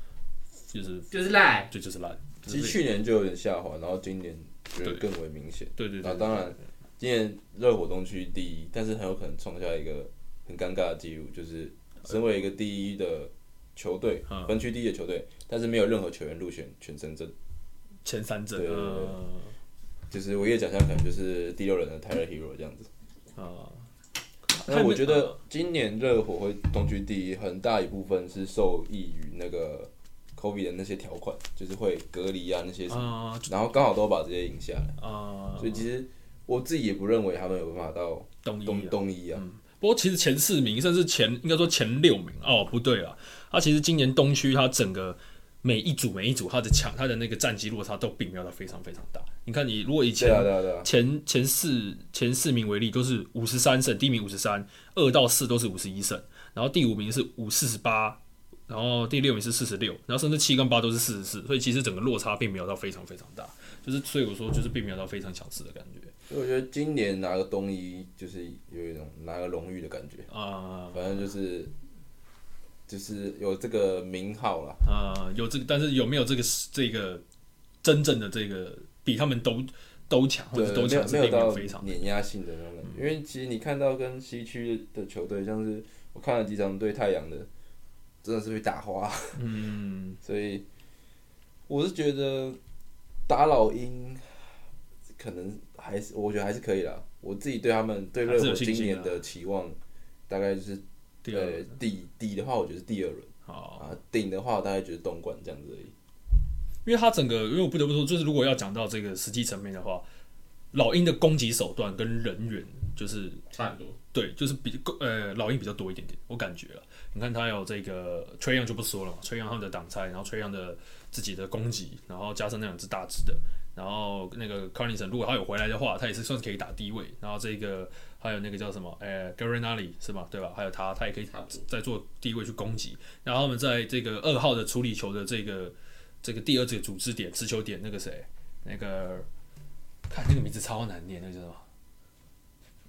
Speaker 1: 就是
Speaker 3: 就是赖，
Speaker 1: 就就是烂，
Speaker 2: 其实去年就有点下滑，然后今年觉得更为明显。
Speaker 1: 对对
Speaker 2: 那
Speaker 1: 对，
Speaker 2: 当然，今年热火东区第一，但是很有可能创下一个很尴尬的记录，就是身为一个第一的球队，
Speaker 1: 嗯
Speaker 2: 分区第一的球队，但是没有任何球员入选全身阵。
Speaker 1: 前三阵，
Speaker 2: 对对对
Speaker 1: 呃
Speaker 2: 就是我越讲下可能就是第六人的 Tyler Hero 这样子。
Speaker 1: 啊，呃
Speaker 2: 那我觉
Speaker 1: 嗯
Speaker 2: 得今年热火会东区第一，很大一部分是受益于那个 Kobe 的那些条款，就是会隔离啊那些什么，
Speaker 1: 啊
Speaker 2: 然后刚好都把这些赢下来。
Speaker 1: 啊，
Speaker 2: 所以其实我自己也不认为他们有办法到
Speaker 1: 东一
Speaker 2: 东
Speaker 1: 啊。
Speaker 2: 东一啊，
Speaker 1: 不过其实前四名，甚至前应该说前六名哦，不对啊，他其实今年东区他整个每一组每一组他的强他的那个战绩落差都并没有到非常非常大。你看你如果以
Speaker 2: 对
Speaker 1: 前
Speaker 2: 啊对啊对啊，
Speaker 1: 前前四前四名为例，都是五十三胜，第一名五十三，二到四都是五十一胜，然后第五名是五四十八，然后第六名是四十六，然后甚至七跟八都是四十四，所以其实整个落差并没有到非常非常大，就是所以我说就是并没有到非常强势的感觉
Speaker 2: 所以我觉得今年拿个东一就是有一种拿个荣誉的感觉，
Speaker 1: 啊
Speaker 2: 反正就是就是有这个名号啦。
Speaker 1: 啊、有这个，但是有没有这个这个真正的这个比他们都都强或
Speaker 2: 对，
Speaker 1: 者都
Speaker 2: 没
Speaker 1: 强
Speaker 2: 有
Speaker 1: 是
Speaker 2: 没有
Speaker 1: 并没有
Speaker 2: 到
Speaker 1: 非常嗯
Speaker 2: 碾压性的那种感觉，因为其实你看到跟西区的球队，像是我看了几场对太阳的，真的是被打花，
Speaker 1: 嗯
Speaker 2: 所以我是觉得打老鹰可能还是我觉得还是可以啦。我自己对他们对热
Speaker 1: 还是
Speaker 2: 火
Speaker 1: 有信
Speaker 2: 今
Speaker 1: 心
Speaker 2: 年
Speaker 1: 啊
Speaker 2: 的期望，大概就是
Speaker 1: 第二
Speaker 2: 呃底底的话，我觉得是第二轮
Speaker 1: 好。
Speaker 2: 啊，顶的话大概就是东冠这样子而已。
Speaker 1: 因为他整个，因为我不得不说，就是如果要讲到这个实际层面的话，老鹰的攻击手段跟人员，就是
Speaker 3: 差很多。
Speaker 1: 对，就是比呃老鹰比较多一点点，我感觉了。你看他有这个崔杨就不说了嘛，崔杨他们的挡拆，然后崔杨的自己的攻击，然后加上那两只大只的，然后那个 Carlinson 如果他有回来的话，他也是算是可以打低位。然后这个还有那个叫什么，呃 g a r i n a l i 是吧？对吧？还有他，他也可以
Speaker 3: 差不多
Speaker 1: 在做低位去攻击。然后他们在这个二号的处理球的这个这个第二这个组织点持球点，那个谁，那个看那个名字超难念，那个叫什么？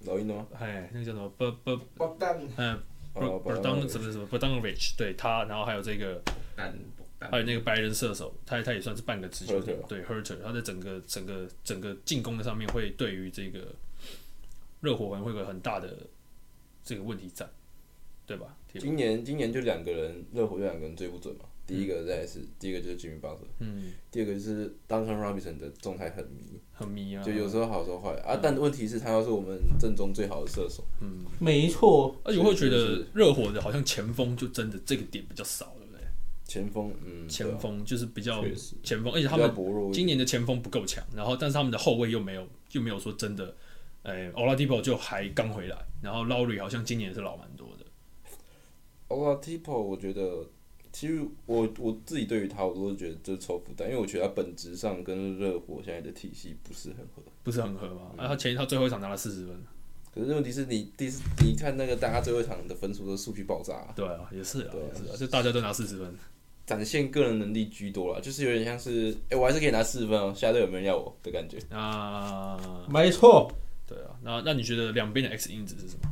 Speaker 2: 老鹰的吗？
Speaker 1: 哎，那个叫什么？不不，
Speaker 3: 爆蛋
Speaker 1: 嗯，
Speaker 2: 哦
Speaker 1: Bur- Burdon 什么什么 Burdanovic，对他，然后还有这个
Speaker 3: 蛋
Speaker 1: 还有那个白人射手，他他也算是半个持球者
Speaker 2: Herter，
Speaker 1: 对 Herter，他在整个整个整个进攻的上面会对于这个热火可能会有很大的这个问题在，对吧？铁
Speaker 2: 今年今年就两个人，热火就两个人最不准嘛。第一个在是、第一个就是 Jimmy Butler，
Speaker 1: 嗯，
Speaker 2: 第二个就是 Duncan Robinson 的状态很迷，
Speaker 1: 很迷啊，
Speaker 2: 就有时候好，有时候坏啊。但问题是，他又是我们阵中最好的射手，
Speaker 1: 嗯，
Speaker 4: 没错，
Speaker 1: 而且我会觉
Speaker 2: 是
Speaker 1: 得
Speaker 2: 是
Speaker 1: 热火的好像前锋就真的这个点比较少，对不对？
Speaker 2: 前锋，嗯，对
Speaker 1: 前
Speaker 2: 啊
Speaker 1: 锋就是比较
Speaker 3: 确实
Speaker 1: 前锋，而且他
Speaker 2: 比较
Speaker 1: 们
Speaker 2: 薄弱一点。
Speaker 1: 今年的前锋不够强，然后但是他们的后卫又没有又没有说真的，哎、o l a d i p o 就还刚回来，然后 Lowry 好像今年也是老蛮多的，
Speaker 2: Oladipo，我觉得其实我我自己对于他，我都是觉得就是抽负担，因为我觉得他本质上跟热火现在的体系不是很合。
Speaker 1: 不是很合吗？
Speaker 2: 嗯
Speaker 1: 啊，他前一他最后一场拿了四十分，
Speaker 2: 可是问题是你第四，你看那个大家最后一场的分数都是数据爆炸啊、
Speaker 1: 对啊，也是啊，
Speaker 2: 对啊
Speaker 1: 也是啊，就大家都拿四十分，
Speaker 2: 展现个人能力居多啦，就是有点像是，哎、我还是可以拿四十分哦，下队有没有人要我的感觉。
Speaker 1: 那
Speaker 4: 没错，
Speaker 1: 对啊，那那你觉得两边的 X 因子是什么？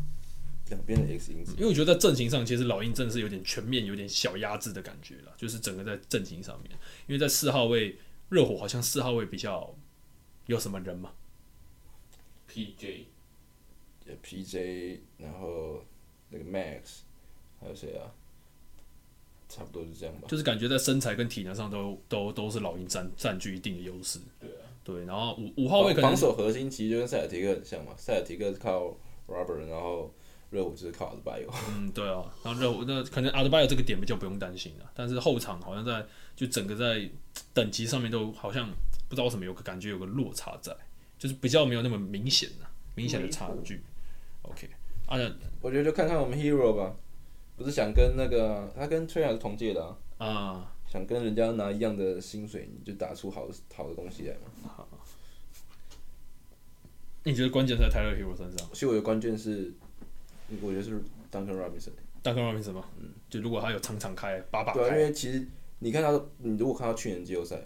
Speaker 2: 两边的 X 因子，
Speaker 1: 因为我觉得在阵型上，其实老鹰真的是有点全面有点小压制的感觉了，就是整个在阵型上面，因为在四号位热火好像四号位比较有什么人嘛，
Speaker 3: PJ
Speaker 2: 呃 PJ，然后那个 Max，还有谁啊？差不多就这样吧。
Speaker 1: 就是感觉在身材跟体能上都都都是老鹰占占据一定的优势。
Speaker 3: 对啊，
Speaker 1: 对，然后五五号位可能
Speaker 2: 防守核心其实就跟塞尔提克很像嘛，塞尔提克是靠 Robert，然后热火就是靠阿德巴约。
Speaker 1: 嗯对啊，然后热火那可能阿德巴约这个点比较不用担心了，啊但是后场好像在就整个在等级上面都好像不知道为什么有个感觉有个落差在，就是比较没有那么明显呐、明显的差距。OK，啊那
Speaker 2: 我觉得就看看我们 Hero 吧，不是想跟那个他跟崔杨是同届的啊，
Speaker 1: 啊、
Speaker 2: 想跟人家拿一样的薪水，你就打出好好的东西来嘛。
Speaker 1: 你觉得关键在 Tyler Hero 身上
Speaker 2: 其实我的关键是，我觉得是 Duncan Robinson，
Speaker 1: ，Duncan Robinson 吗？就如果他有场场开，把把
Speaker 2: 嗯对啊，因
Speaker 1: 开，
Speaker 2: 为其实你看他，你如果看到去年季后赛，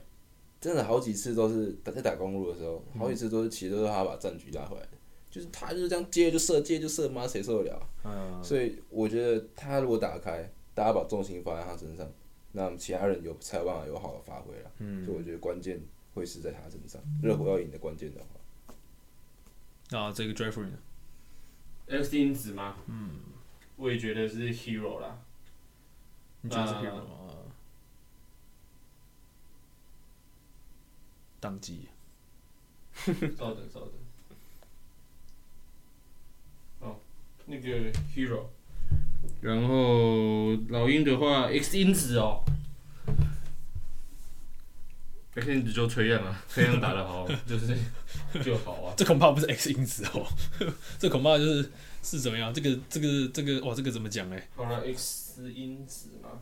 Speaker 2: 真的好几次都是打在打公路的时候，好几次都是其实都是他把战局拉回来的，就是他就是这样接就射，接就射，妈谁受得了啊？
Speaker 1: 嗯，
Speaker 2: 所以我觉得他如果打开，大家把重心放在他身上，那其他人有才有办法有好的发挥了。嗯，所以我觉得关键会是在他身上。热火要赢的关键的话，
Speaker 1: 那这个 Jeffrey 呢？
Speaker 3: X 因子吗？嗯，我也觉得是 Hero 啦。
Speaker 1: 你觉得是
Speaker 3: 呃
Speaker 1: Hero 吗？当机。
Speaker 3: 稍等，稍等。哦，那个 Hero。然后老鹰的话，X 因子哦，X 因子就崔样 啊，崔样打得好， 就是就好啊。
Speaker 1: 这恐怕不是 X 因子哦， 这恐怕就是是怎么样？这个这个这个哇，这个怎么讲哎？
Speaker 3: 好了，X 因子嘛，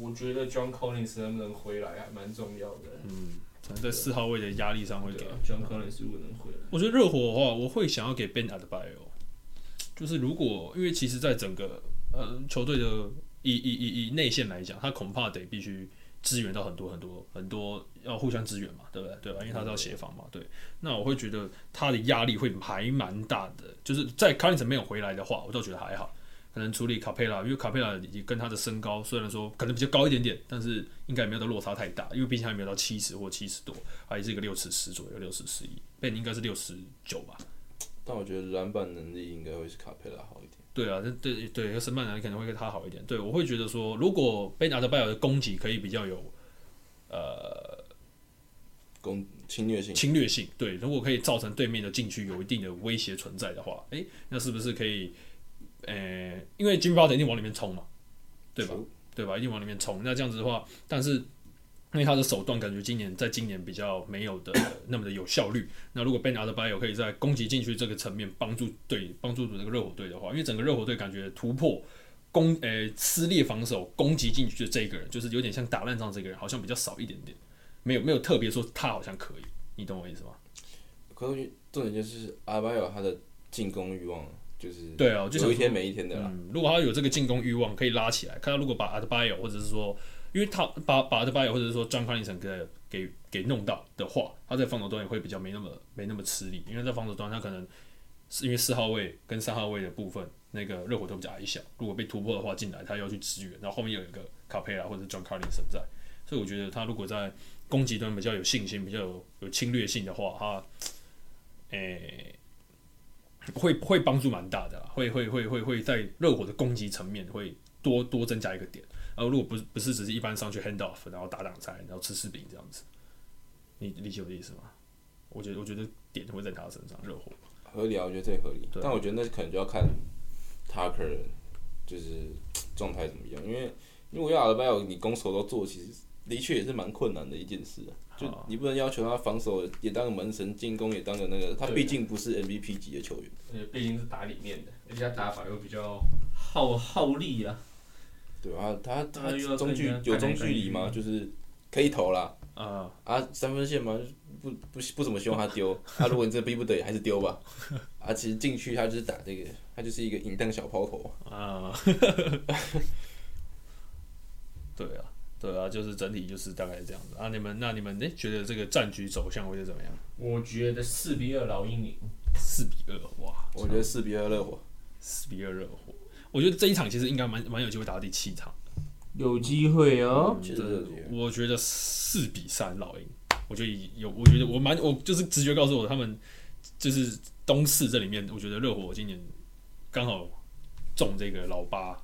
Speaker 3: 我觉得 John Collins 能不能回来还蛮重要的。
Speaker 1: 嗯，可能在四号位的压力上会给
Speaker 3: 对。啊，John Collins 如果能回来，
Speaker 1: 我觉得热火的话，我会想要给 Ben Adbio，就是如果因为其实，在整个呃球队的以以以以内线来讲，他恐怕得必须支援到很多很多很多，要互相支援嘛，对不对？对吧？因为他是要协防嘛，对。那我会觉得他的压力会还蛮大的，就是在 Collins 没有回来的话，我倒觉得还好。可能处理卡佩拉，因为卡佩拉也跟他的身高虽然说可能比较高一点点，但是应该没有到落差太大，因为毕竟还没有到七十或七十多，还是一个六尺十左右，六尺十一，Ben 应该是六十九吧？嗯
Speaker 2: 但我觉得篮板能力应该会是卡佩拉好一点。
Speaker 1: 对啊，这对对，和申曼南可能会跟他好一点。对我会觉得说，如果 Ben 阿德拜尔的攻击可以比较有呃
Speaker 2: 攻侵略性，
Speaker 1: 侵略性，对，如果可以造成对面的禁区有一定的威胁存在的话，诶，那是不是可以？呃，因为金包一定往里面冲嘛，对吧？对吧？一定往里面冲。那这样子的话，但是因为他的手段感觉今年在今年比较没有的 那么的有效率。那如果 Ben 阿德巴有可以在攻击禁区这个层面帮助队帮助这个热火队的话，因为整个热火队感觉突破。攻呃撕裂防守攻击禁区的这一个人，就是有点像打烂仗这个人，好像比较少一点点，没有没有特别说他好像可以，你懂我意思吗？
Speaker 2: 可是重点就是阿巴有他的进攻欲望，就是
Speaker 1: 对啊我就想
Speaker 2: 有一天没一天的啦。
Speaker 1: 嗯，如果他有这个进攻欲望，可以拉起来。看他如果把 a d b i o 或者是说，因为他把把 a d b i o 或者是说 John Collins 给给给弄到的话，他在防守端也会比较没那么没那么吃力，因为在防守端他可能是因为四号位跟三号位的部分，那个热火队比较矮小，如果被突破的话进来，他要去支援，然后后面有一个卡佩拉或者是 John Carlison 在，所以我觉得他如果在攻击端比较有信心、比较有有侵略性的话，他，诶、会会帮助蛮大的啦，会会会会会在热火的攻击层面会多多增加一个点，然后如果不是不是只是一般上去 hand off，然后打挡拆，然后吃吃饼这样子，你理解我的意思吗？我觉得我觉得点会在他身上，热火。
Speaker 2: 合理啊，我觉得这合理
Speaker 1: 对。
Speaker 2: 但我觉得那可能就要看 Tucker 就是状态怎么样，因为如果要阿德拜尔你攻守都做，其实的确也是蛮困难的一件事啊。就
Speaker 1: 好
Speaker 2: 你不能要求他防守也当个门神，进攻也当个那个，他
Speaker 3: 对
Speaker 2: 毕竟不是
Speaker 1: 啊
Speaker 2: MVP 级的球员。
Speaker 3: 而且呃毕竟是打里面的，而且他打法又比较耗耗力啊。
Speaker 2: 对啊，他他
Speaker 3: 那又要
Speaker 2: 中距
Speaker 3: 跟人
Speaker 2: 有
Speaker 3: 家看
Speaker 2: 中
Speaker 3: 来看
Speaker 2: 距离
Speaker 3: 去
Speaker 2: 吗？就是可以投啦，
Speaker 1: 啊、
Speaker 2: 啊，三分线嘛，就是不不不怎么希望他丢。啊，如果你真的逼不得已，还是丢 吧。啊，其实进去他就是打这个，他就是一个引弹小抛投。
Speaker 1: 啊， 对啊，对啊，就是整体就是大概是这样子啊。你们那你们诶觉得这个战局走向会是怎么样？
Speaker 3: 我觉得四比二老鹰赢，
Speaker 1: 四比二，哇，
Speaker 2: 我觉得四比二热火，
Speaker 1: 四比二热火。我觉得这一场其实应该蛮蛮有机会打到第七场。
Speaker 4: 有机会哦。
Speaker 2: 嗯确实
Speaker 1: 对
Speaker 2: 热火。
Speaker 1: 我觉得四比三老鹰，我觉得有，我觉得我蛮我就是直觉告诉我他们就是东四这里面，我觉得热火今年刚好中这个老八，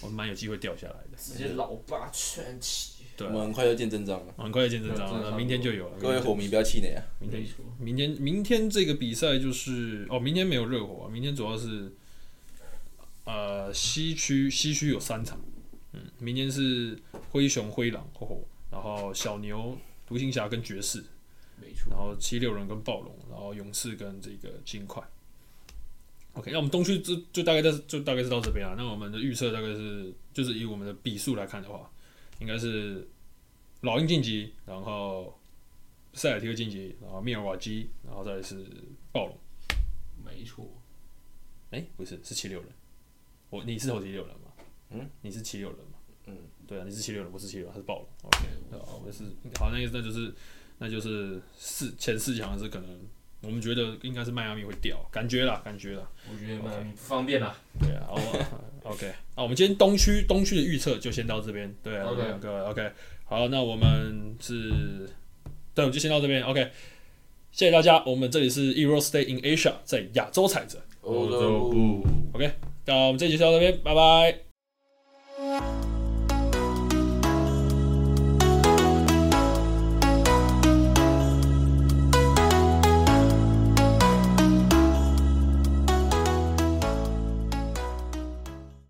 Speaker 1: 我蛮有机会掉下来的。
Speaker 3: 直接老八传奇。
Speaker 1: 对
Speaker 2: 我
Speaker 1: 啊、
Speaker 2: 们很快就见真章了。
Speaker 1: 很快就见真章
Speaker 3: 对真的差不
Speaker 1: 了，
Speaker 3: 多
Speaker 1: 明天就有了。
Speaker 2: 各位火迷不要气馁啊！
Speaker 1: 明天
Speaker 3: 没错，
Speaker 1: 明天明天这个比赛就是哦，明天没有热火、啊，明天主要是呃西区西区有三场，嗯，明天是灰熊灰狼，吼吼，然后小牛独行侠跟爵士，
Speaker 3: 没错。
Speaker 1: 然后七六人跟暴龙，然后勇士跟这个金块。OK，那我们东区就就大概到就大概是到这边啊。那我们的预测大概是就是以我们的比数来看的话，应该是老鹰晋级，然后塞尔提克晋级，然后密尔瓦基，然后再来是暴龙。
Speaker 3: 没错，
Speaker 1: 哎、不是，是七六人。我你是投七六人吗？
Speaker 2: 嗯，
Speaker 1: 你是七六人吗？
Speaker 2: 嗯，
Speaker 1: 对啊，你是七六人，我是七六人，他是暴龙。OK，对啊，我们是好，那那就是那就是四前四强是可能，我们觉得应该是迈阿密会掉，感觉啦，感觉啦。
Speaker 3: 我觉得蛮不方便啦。
Speaker 1: 对啊，我 OK，那我们今天东区东区的预测就先到这边，对啊
Speaker 3: OK
Speaker 1: 对啊各位 OK，好，那我们是，对，我们就先到这边 OK，谢谢大家，我们这里是 Euro Stay in Asia，在亚洲踩着
Speaker 2: 欧洲
Speaker 3: 不。
Speaker 1: OK，那我们这一集就到这边，拜拜。